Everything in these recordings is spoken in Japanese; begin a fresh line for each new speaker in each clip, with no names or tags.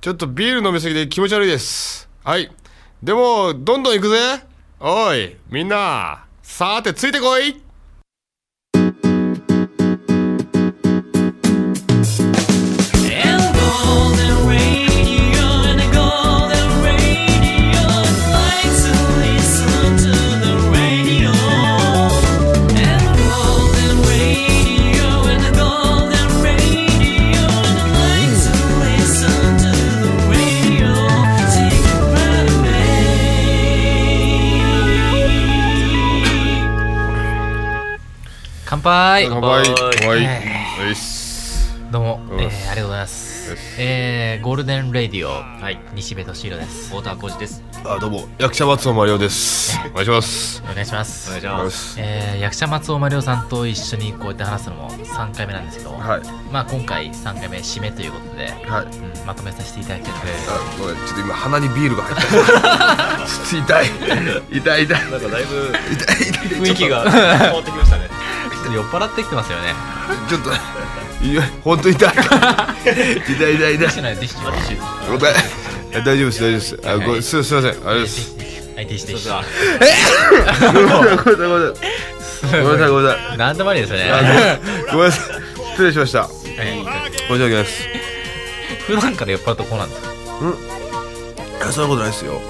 ちょっとビール飲みすぎで気持ち悪いです。はい。でも、どんどん行くぜ。おい、みんな、さーてついてこい。
And golden radio, and the golden radio, like to listen to the radio. And golden radio, and the golden radio, like to listen to the radio. Take it right away.
乾杯
乾杯。
おーい
おい。
え
おいっす。
ーどうも、え
うっ
ー、あ
す
りがとうございますえー、ゴールデンレディオ、はい、西部敏郎です
太田浩二です。
あ、どうも、役者松尾マリオです。お願いします。
お願いします
お願いし
お願い
ま
し
す。
ます。
えー、役者松尾まりおさんと一緒にこうやって話すのも3回目なんですけど、
はい。
まあ今回3回目締めということで、
はい。
うんまとめさせていただきたいと思います
あ、ごめん、ちょっと今鼻にビールが入った。 ちょっと痛い。痛い痛い。
なんかだいぶ
痛い痛い。
雰囲気が変わってきましたね。
ちょっと酔っ払ってきてますよね
ちょっと。いや、本当痛い。痛い痛い痛い
ティッ。シュないティッシュティッシュは
ごめん。え大丈夫です、大丈夫です。あ、ごめんす、すみません、あれです。
いティッシュティッシ
だ
ご
ュ
めんなさい、ごめんなさい、ごめんなさい、ごめんなさい。
何でもありですよね
あの ごめんなさい、失礼しました。申し
え
訳ないです。
ー普段から酔っ払うとこうなんですか
いやそんなことないですよ。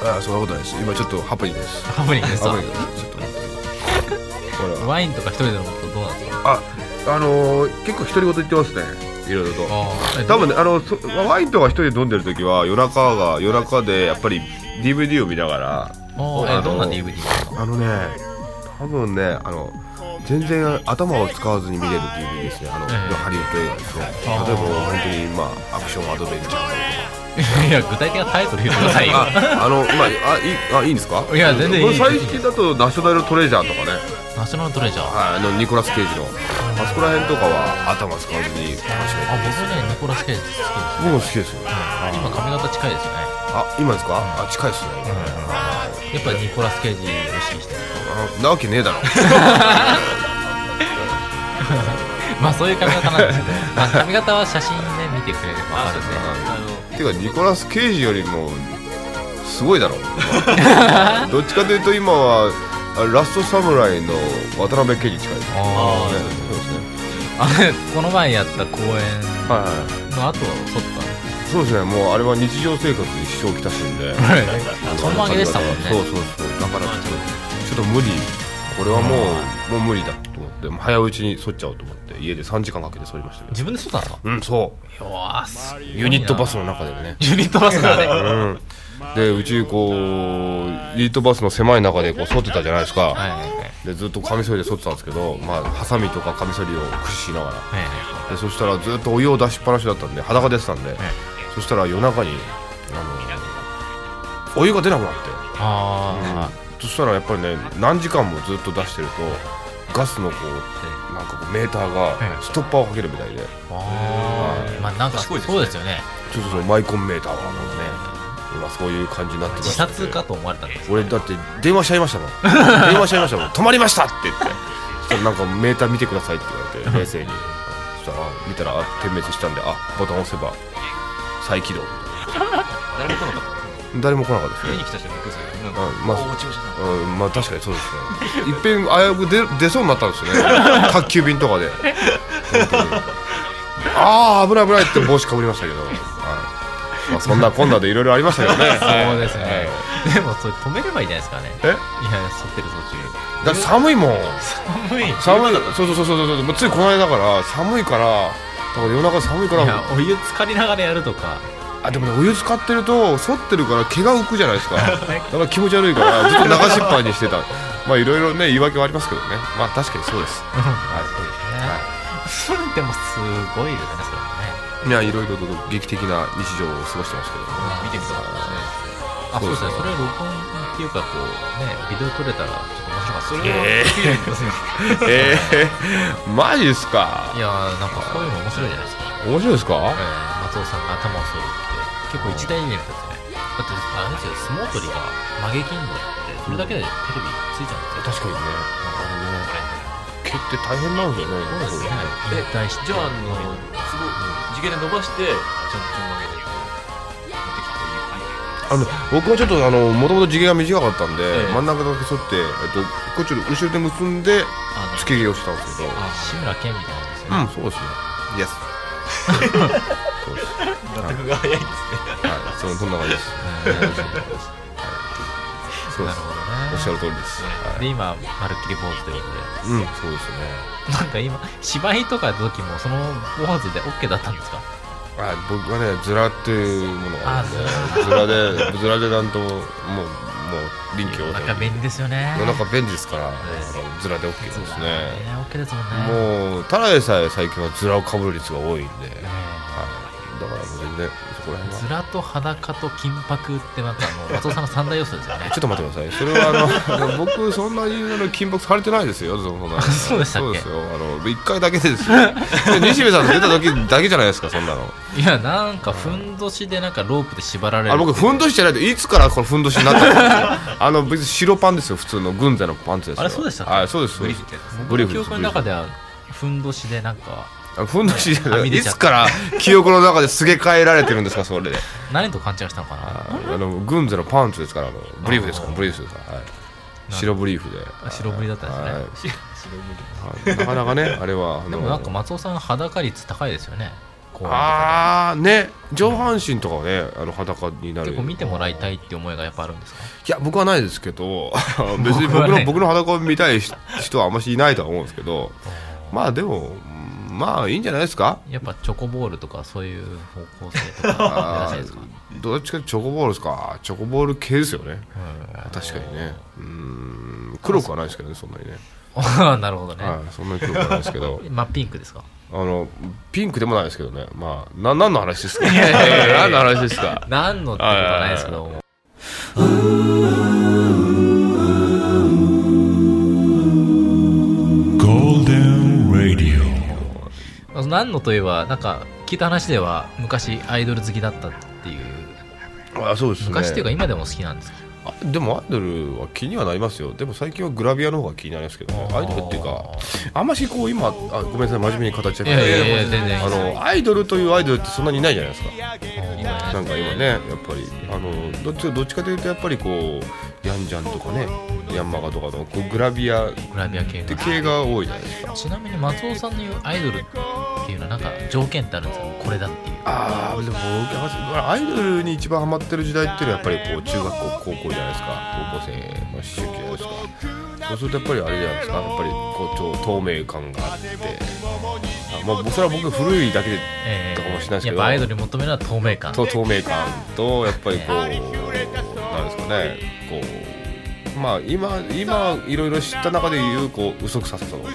あ、そんなことないです。今ちょっとハプニングです。
ハプニングです
ハプニングです。ちょっと待って。ほら、
ワインとか一人で飲むとどうなんですか
あ、あのー、結構独り言言ってますね。いろいろと。
あー
多分ねあのそワインとか一人で飲んでる時は夜中が夜中でやっぱり DVD を見ながら
おーえーどんな DVD ですか
あのね多分ねあの全然頭を使わずに見れる DVD ですねあの、
ええ
ハリウッド映画ですね例え
あ
ば
ー
本当にまあアクションアドベンチャー
いや具体的なタイトル言ってくださいよ
ああのまああいいあいいんですか
いや全然いい
これ最近だとナショナルトレジャーとかね
ナショナルトレジャーあ
はいあのニコラス・ケイジのあそこら辺とかは頭使わずに楽し
僕ねニコラス・ケイジ好きです
める僕も好きですよ
うん今髪型近いですよね
あ今ですかあ近いですね、
やっぱりニコラス・ケイジを意識してる
あなわけねえだろ
まあそういう髪型なんですけど、 まあ、髪型は写真で見てくれればわかるんで
あの
てかニコラス・ケイジよりもすごいだろ どっちかというと今はあラストサムライの渡辺謙に近いですね
あー
そうですね
あの この前やった公演
はいは
の後そっ
いそうですねもうあれは日常生活に支障をきたしてんで
たそんなわけでしたもんね
そうそうそうだからちょっとちょっと無理これはもう、もう無理だと思ってもう早いうちに剃っちゃおうと思って家で3時間かけて剃りましたけど
自分で撮ったんですか
うんそう
うわーすごいな
ユニットバスの中でね
ユニットバス だね
うんでうちこうユニットバスの狭い中でこう剃ってたじゃないですか、
はいはいはいはい
でずっとカミソリで剃ってたんですけど、まあ、ハサミとかカミソリを駆使しながら
は
でそしたらずっとお湯を出しっぱなしだったんで裸出てたんで、
い
そしたら夜中にあのお湯が出なくなっ
あ
てそしたらやっぱりね何時間もずっと出してるとガスのこうなんかこうメーターが
い
ストッパーをかけるみたいで、
ーあーまあなんか
賢いですね
そうですよね
ちょっとそのマイコンメーターがなんかね今そういう感じになってま
自
したね
殺かと思われたんです
俺だって電話しちゃいましたもん電話しちゃいましたもん止まりましたって言ってそしたらなんかメーター見てくださいって言われて冷静にそしたらあ見たらあ点滅したんであボタン押せば再起動
誰も来なかっ
誰も来なかったです
た。見
ね
に来た人びっくりする。な
あ
んか、
ま
お
あ
落ちました。
うん、まあ確かにそうですねいっ ぺん危うく出出そうになったんです よね宅急便とかで本当にああ危ない危ないって帽子かぶりましたけど、はいまあ、そんなこんなでいろいろありましたけど ね
そうです
はい
ねでもそれ止めればいいじゃないですかね
え
いや剃ってる途中
だって寒いもん
寒い
寒いそうそうそうそうそうもうついこの間だから寒いからだから夜中寒いか
いや
ら
お湯浸かりながらやるとか
あでもねお湯使ってると反ってるから毛が浮くじゃない ですかだから気持ち悪いからずっと流しっぱにしてたまあいろいろね言い訳はありますけどねまあ確かにそうです、は
それでもすごいですねそれも
い、
ね
いやいろいろと劇的な日常を過ごしてましたけどね
見てみたか
あそ
ったですね。
うですね
そうそう
それを録音っていうかこうねビデオ撮れたらちょっと面白かったで
それ
すね
は綺麗です
え
ね。
ー、 マジですか
いやーなんかこういうの面白いじゃないですか、
面白いですか
えー、松尾さんが頭を剃るって結構一大イベントですねだってあれですよ相撲取りが曲げ金になってそれだけでテレビついちゃうんです
確
よ
かにね毛って大変なんですよね
そうですね
え
引退して
じゃあ、あの、すごい、地毛で伸ばしてちょんちょんまげでこ
あの僕
う持ってきて
もちょっとあのもともと地毛が短かったんで、
ええ
真ん中だけ剃って、えっと、こっちょっと後ろで結んで
あ
つけ毛をしたんですけど
あ
志村けんみたいなんですよ
う
ね
んそうですねイエスそうですは
納得が早い
い
ですね
そのそんな感じですそうで
な
すお
るほ
っしゃる通り
どね
です、はい、
で今まるっきり坊主ということで
うんそうですね
なんか今芝居とかの時もその坊主で OK だったんですか
あ僕はねズラっていうものがあるんで
あ
ズラでズラでなんとももうもう臨機応
なん
変
か便利ですよね
世の中便利ですから、
え
あのズラで OK です
そうだ
ね
ね OK ですもんねね
もうただでさえ最近はズラをかぶる率が多いんで、はい、
え
だからもう全然そこら辺は
ずらと裸と金箔ってなんかあの松尾さんの三大要素ですよね
ちょっと待ってくださいそれはあの 僕そんなにあの金箔されてないですよそんな
そうでしたっけ
そうですよあの一回だけですよ西部さんと出た時だけじゃないですかそんなの
いやなんかふんどしでなんかロープで縛られる
あ僕ふんどしじゃないでいつからこのふんどしになったん ですかあの別に白パンですよ普通の軍隊のパンツですよ
あれそうでしたっけ
はいそうですそうです
ブリーフってやつ
ブリーフ
記
です
憶の中ではふんどしでなんか
あふんどしじゃな
はみ
い
出
い
ちゃった
つから記憶の中ですげ替えられてるんですかそれで
何と勘違いしたのかな
ああの軍勢のパンツですからあのブリーフですから
あー
ブリーフですから、はい、
ど
白ブリーフ で
あ白ぶりだったんですね
はいなかなかねあれはあ
で
の
もなんか松尾さん裸率高いですよねこう
ああね上半身とかはねあの裸になる
結構見てもらいたいって思いがやっぱあるんですか
いや僕はないですけ ど別に僕
僕はな
の
い
僕の裸を見たい人はあんましいないとは思うんですけどまあでもまあいいんじゃないですか
やっぱチョコボールとかそういう方向性とか
あー
目指 したいですか
どっちかってチョコボールですかチョコボール系ですよね確かにねうん黒くはないですけどねそんなにね
ああなるほどね、
はいそんなに黒くはないですけ ど
真っピンクですか
あのピンクでもないですけどねまあな何の話ですか
やいやいやいや
何の話です か
何のってことはないですけど何のといえばなんか聞いた話では昔アイドル好きだったっていう
あそうですね
昔っていうか今でも好きなんですか
あでもアイドルは気にはなりますよでも最近はグラビアの方が気になりますけどねアイドルっていうかあんましこう今あごめんなさい真面目に語っちゃって
いやいやいや全然いいです
あのアイドルというアイドルってそんなにいないじゃないですか
あ
なんか今ねやっぱりあのどっちどっちかというとやっぱりこうヤンジャンとかねヤンマガとかのこうグラビアっ
グラビア系
て
が
系が多いじゃないですか
ちなみに松尾さんの言うアイドルっていうのはなんか条件ってあるんですかこれだっていう
ああでも僕はアイドルに一番ハマってる時代っていうのはやっぱりこう中学校高校じゃないですか高校生の思春期じゃないですかそうするとやっぱりあれじゃないですかやっぱりこうちょ透明感があってあまあそれは僕古いだけで
え
かもしれないですけ
やっ
ど
ぱアイドルに求めるのは透明感
と透明感とやっぱりこうなんですかねこうまあ今今いろいろ知った中で言うこう嘘くささと
即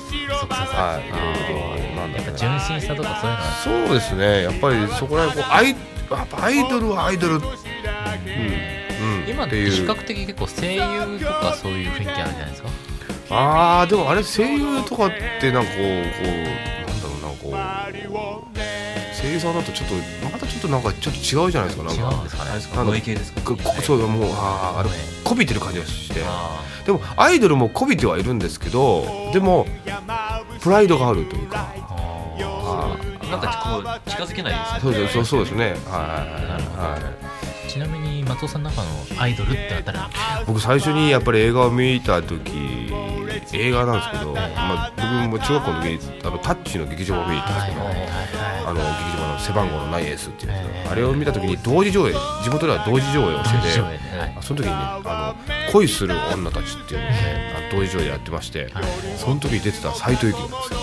ささ
はいいろいろこうなんだ
や
ろう
っぱ
な
純真さとかそういうのは
そうですねやっぱりそこら辺こうアイやっぱアイドルはアイドル、うんうん、
今って比較的結構声優とかそういう雰囲気あるじゃないですか
ああでもあれ声優とかってなんかこうこうなんだろうなこう声優さんだとちょっとまたちょっとなんかちょっと違うじゃないですかなん
違うん
か
ですかね
あれです
な
か
んだ
萌え系ですか
ここそうだもうあああれ
萌
こびてる感じがして
あ
でもアイドルもこびてはいるんですけどでもプライドがあるというか
ーあー
あ
なんかこう近づけないです
あ
ね
そうですそうそうですねはい
なるほど
はいはい
ちなみに松尾さんの中のアイドルってのは誰なんですか
僕最初にやっぱり映画を見た時映画なんですけど、まあ、僕も中学校の時にあのタッチの劇場を見に行ったんですけど、
は
あの劇場版の背番号のないエースっていう、
ええ
あれを見た時に同時上映地元では同時上映をしてて
同時上映ねはい
あその時にねあの恋する女たちっていうのをねあの同時上映やってまして、その時に出てた斎藤由貴なんですよ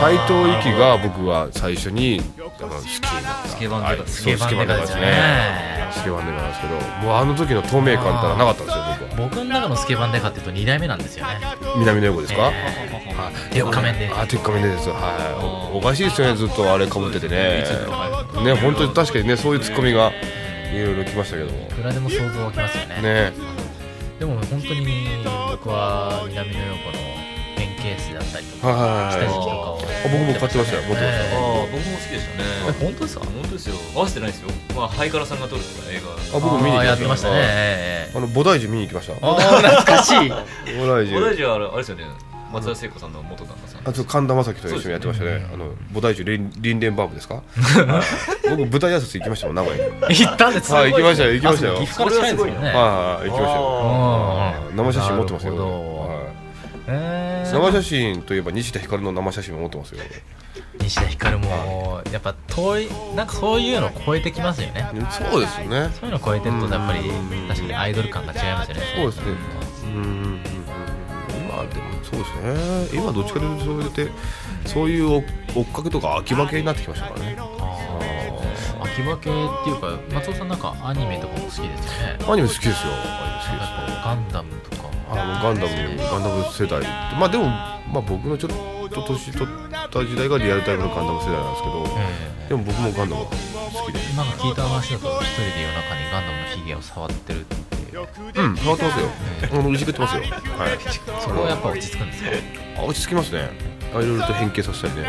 斎藤由貴が僕は最初にあの好きになった
スケバン
はい
とか
そう
ケ
ス
バ
ケ
ン
バ
デ
ンデカで
カで
すす
よ
ね
ね
スケバンデカなんですけどもうあの時の透明感ってのはなかったんですよ僕は
僕の中のスケバンデカっていうと2代目なんですよね
南の横ですか、
あ
鉄仮面で
あ鉄仮面ですはいおおかしいですよねずっとあれかぶっててねね本当に確かにねそういうツッコミがいろいろ来ましたけども
いくらでも想像湧きますよね
ね
でも本当に僕は南野陽子のペンケースだったりとか下敷きと
は
か
い
を
僕も買ってましたよ持ってました
あ
よ
ー僕も好きでしたね
え本当ですか
本当ですよ合わせてないですよまあハイカラさんが撮るから映
あ僕見に行
あーやっ
き
て
ま
ま
し
したた
よ
ねええええ
あの菩提寺見見に行きました
ああ懐かしい
菩提
画
寺
同じあれあれですよね松田聖子さんの元旦那さん
あそう神田正輝と一緒にやってましたね、あの菩提樹リンリンデンバーグ ですかはい僕舞台挨拶行きましたもん名古屋に
行ったんです
はい行きましたよ行きましたよ
あそう岐阜から近いんですよね
はいはい行きましたよ
うん
生写真持ってますよ、
なるほど
はい
えー
生写真といえば西田ひかるの生写真も持ってますよ
西田ひかるもやっぱ遠いなんかそういうのを超えてきますよね
そうですよね
そういうのを超えてるとやっぱり確かにアイドル感が違いますよね
そうですねうんうんうん今でもそうですね今どっちかというとそうやってそういう追っかけとか秋葉系になってきましたからね
あー秋葉系っていうか松尾さんなんかアニメとかも好きですよね
アニメ好きですよ
なん
ア
かこうガンダムとか
ニメ好きですよあのガンダムガンダム世代まあでも、まあ、僕のちょっと年取った時代がリアルタイムのガンダム世代なんですけど、
え
でも僕もガンダムは好きで
今聞いた話だと一人で夜中にガンダムのヒゲを触ってるっていう
うん変わってますよあのいじくってますよはい
そこはやっぱ落ち着くん ですよ
あ落ち着きますねあいろいろと変形させたりね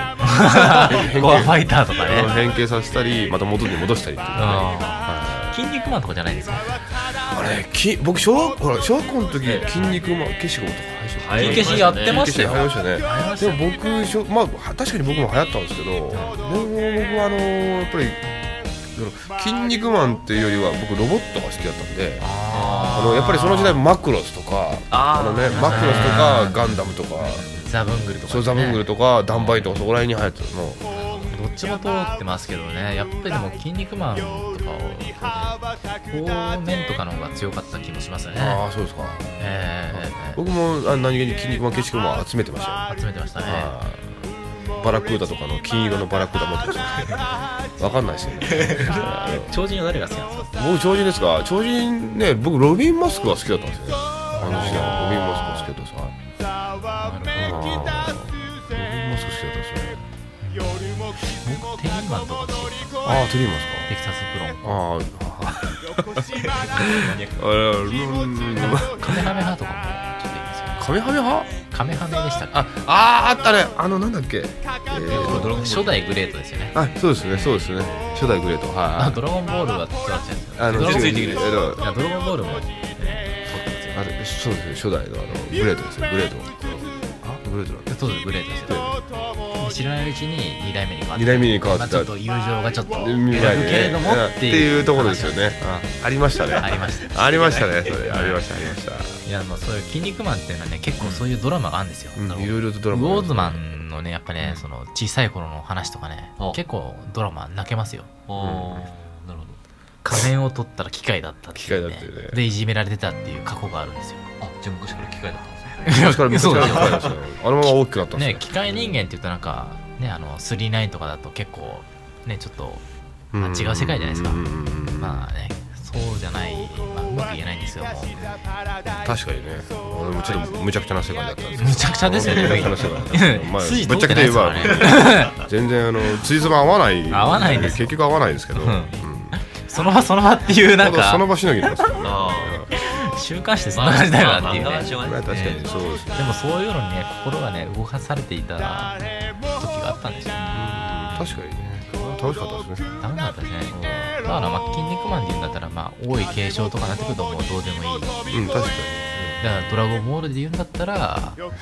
変
ゴアフ
形
ァイターとかね
うん変形させたりまた元に戻したりっていうね
あー筋肉マンとかじゃないですか
あれき僕小学ほら小学校の時筋肉マン消しゴムとか
は
流
い
行
火消しやってました
流行
よ
りましたねでも僕しょ、まあ、は確かに僕も流行ったんですけどでも僕はあのやっぱりその筋肉マンっていうよりは僕ロボットが好きだったんであのやっぱりその時代マクロスとかあ
あー
の、ね、マクロスとかガンダムとか
ザブングルとかね
そうザブングルとかダンバイとかそこら辺に流行ってたの
どっちも通ってますけどねやっぱりでも「筋肉マン」とかを方面とかの方が強かった気もしますね
ああそうですか
えええええ
僕もあ何気に筋肉マン消しゴムは集めてましたよ
え集めてましたね
はいバラクーダとかの金色のバラクーダ持ってますわかんないですね
超人は誰が好きなんですか
僕超人ですか超人ね僕ロビン・マスクが好きだったんですよねあの時代はロビン・マスクが好きだったさロビン・マスク好きだったですね
僕テリーマンとか好きです
ああトリーマンです
テキサスプロン
かあ ああれうん
カメハメ派とかもちょっといいですよ
カメハメ派
カメハメでしたか
ああーあったねあのなんだっけ、えー
初代グレートですよね
あそうですねそうですね初代グレート
あ
は
ドラゴンボールはそうだったんです
いあ
よ
の
ドラゴ
つ
ンボ
い
ー
て
ル
き
も
てあの
いやドラゴンボールもね撮ってますよ
あれそうですね初代のあのグレートですねグレートあグレートなんだ
そうですグレートですよ知らないうちに2代目に変わった
二代目に変わった
まあちょっと友情がちょっと
で
揺らぐけれども
うん
っ
ってて
いう
いうところですよねあありましたね
ありました
ありましたねそれありましたありました
いやまあそういう「筋肉マン」っていうのはね結構そういうドラマがあるんですよ、
うん
あの
いろいろとドラ
ウ
マ
ォーズマンのねやっぱねその小さい頃の話とかね
あ
結構ドラマ泣けますよ
あーなるほど
仮面を取ったら機械だったっていう、ね、
機械だったよね
でいじめられてたっていう過去がある んですよ
あじゃあ昔から機械だったんですね
昔から昔
そう
から
です
昔
よ
からですねあのまま大きくなったんです
ね
ね
機械人間って言うとなんかねあの9とかだと結構ねちょっと
うん
まあ違う世界じゃないですか
うんうんうんうん
まあねそうじゃない、まあ、うまく言えないんですけども
確かにね俺もちょっとむちゃくちゃな世界だったんです
むちゃくちゃですよね
むちゃくちゃな世界だった まあ
筋
ぶ
通
っ
っ
ちゃ
て
け
ない
て言
で
え
すから
ば
ね
全然あのついつま合わない
合わないんですよ
結局合わないですけど
う
うんん
その場その場っていうなん
その
か
場しのぎなんですよ
あ
週刊誌でそんな感じだよなっていう
まあまあまあ
ね
まあ確かにそうですね
でもそういうのにね心がね動かされていた時があったんですよ
確かにね楽しかったですね
ダメだったですねだからまあ「筋肉マン」っていうんだったらまあ多い継承とかなってくるともうどうでもいいだか
うん確かに
ら「ドラゴンボール」で言うんだったらどうだろ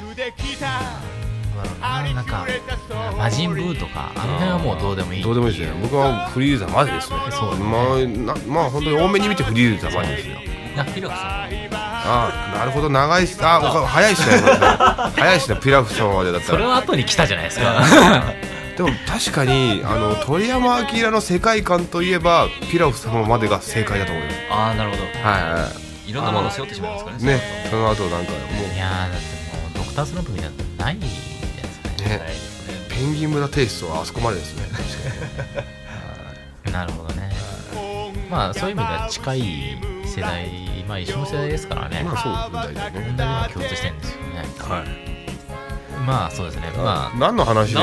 うななんか「魔人ブー」とかあの辺はもうどうでもいい
どうでもいいですね僕はフリーザマジですね
そうですね
まあなまあ本当に多めに見てフリーザマジですよ
あピラフさん
ああなるほど長いしあわか早いっすねこれ早いっすねピラフさんまでだった
それ
ら
は後に来たじゃないですか
でも確かにあの鳥山明の世界観といえばピラフ様までが正解だと思います
ああなるほど
はいはいはい
ろんなものを背負ってしまいますからね
ねその後なんかも
いやーだってもうドクタースランプみたいなのないじゃないですか
う
ね
ね
ないですね
ペンギン村テイストはあそこまでですね
なるほどねまあそういう意味では近い世代まあ一緒の世代ですからね
まあそうみたいだよ
問
ね
題は共通してるんですよね
はい
まあそうですねまあ
何の話で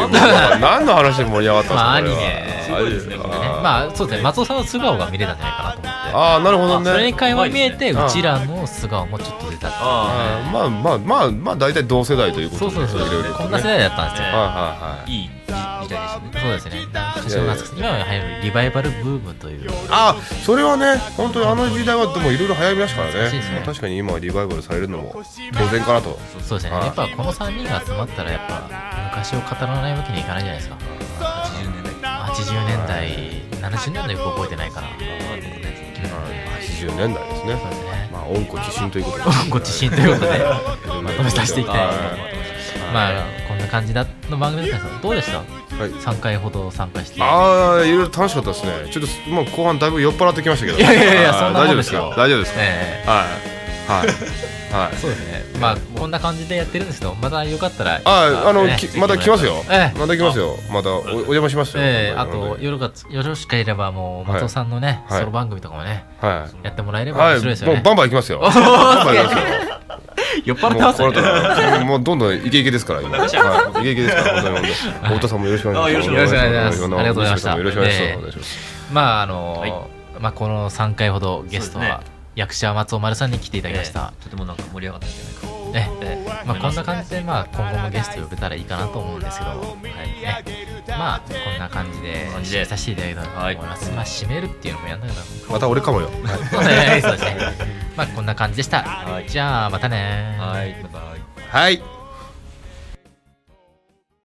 何の話で盛り上がったんですか
まあアニ
これは
メ
あ
すごいですね
あ
これ
まあそうですね松尾さんの素顔が見れたんじゃないかなと思っ
ああなるほどね
それに垣間見えて
うまいっ
う
す
ち
ね
らの素顔もちょっと出たっていう
あ
あーまあまあまあまあ大体同世代というこ
そ
と
う
で
そうそう
いろいろと
こんな世
ね
代だったんですよ
ね
はいはい
あ
はい
いい時代でしたね
そうですね昔の懐かしい今は流行るリバイバルブームという
あそれはね本当にあの時代はでもいろいろ流行りましたからね
懐かしいですね
確かに今はリバイバルされるのも当然かなと
そうですね
はい
やっぱこの3人が集まったらやっぱ昔を語らないわけにいかないじゃないですか
80年代
80年代70年代よく覚えてないからうん
80年代ですね
そうですね
まあ温故知新ということ で
ご自身という ことでまとめさせていただき
は
まあこんな感じだの番組だったんですけどどうでした
はい
3回ほど参加して
ああいろいろ楽しかったですねちょっともう後半だいぶ酔っ払ってきましたけど
いやいやいや
あー
そんなもん
大丈夫で
ですすよ
か大丈夫ですか
え
はいはい はい
えそうですねまあこんな感じでやってるんですけどまたよかったら
あああの、
ね
きまた来ますよ、
ええ
また来ますよまたおお邪魔しますよ、
ええあ
本当に
とよろがよろしければもう
はい
松尾さんのね、
はい
ソロ番組とかもね
は
やってもらえれ
い、
ば
は
面白いですよ
い、
ね、
もうバンバン行きますよバンバン行きますよ
酔っ払っ
も
て
う
ます
これ
ね
とかもうどんどんイケイケですから今、はい、イケイケですから本当に本当に太田さんもよろしくお願いします
あよろしくお
願いします
んな
ありがとうございました
よろしくお願いします
ええ
お願いします
まああの、
はい
まあ、この3回ほどゲスト
そう
は、
です
役者松尾丸さんに来ていただきました、
とてもなんか盛り上がったんじゃないか
ねまあ、こんな感じで、まあ、今後もゲスト呼べたらいいかなと思うんですけど、はいね、まあこんな感じで
こんな感じ
締
で
めさせていただきたいと思います、まあ締めるっていうのもやんなくなる
また俺かもよ、はい
そうですねまあこんな感じでした、
はい
じゃあまたね
はいバイバイ
はい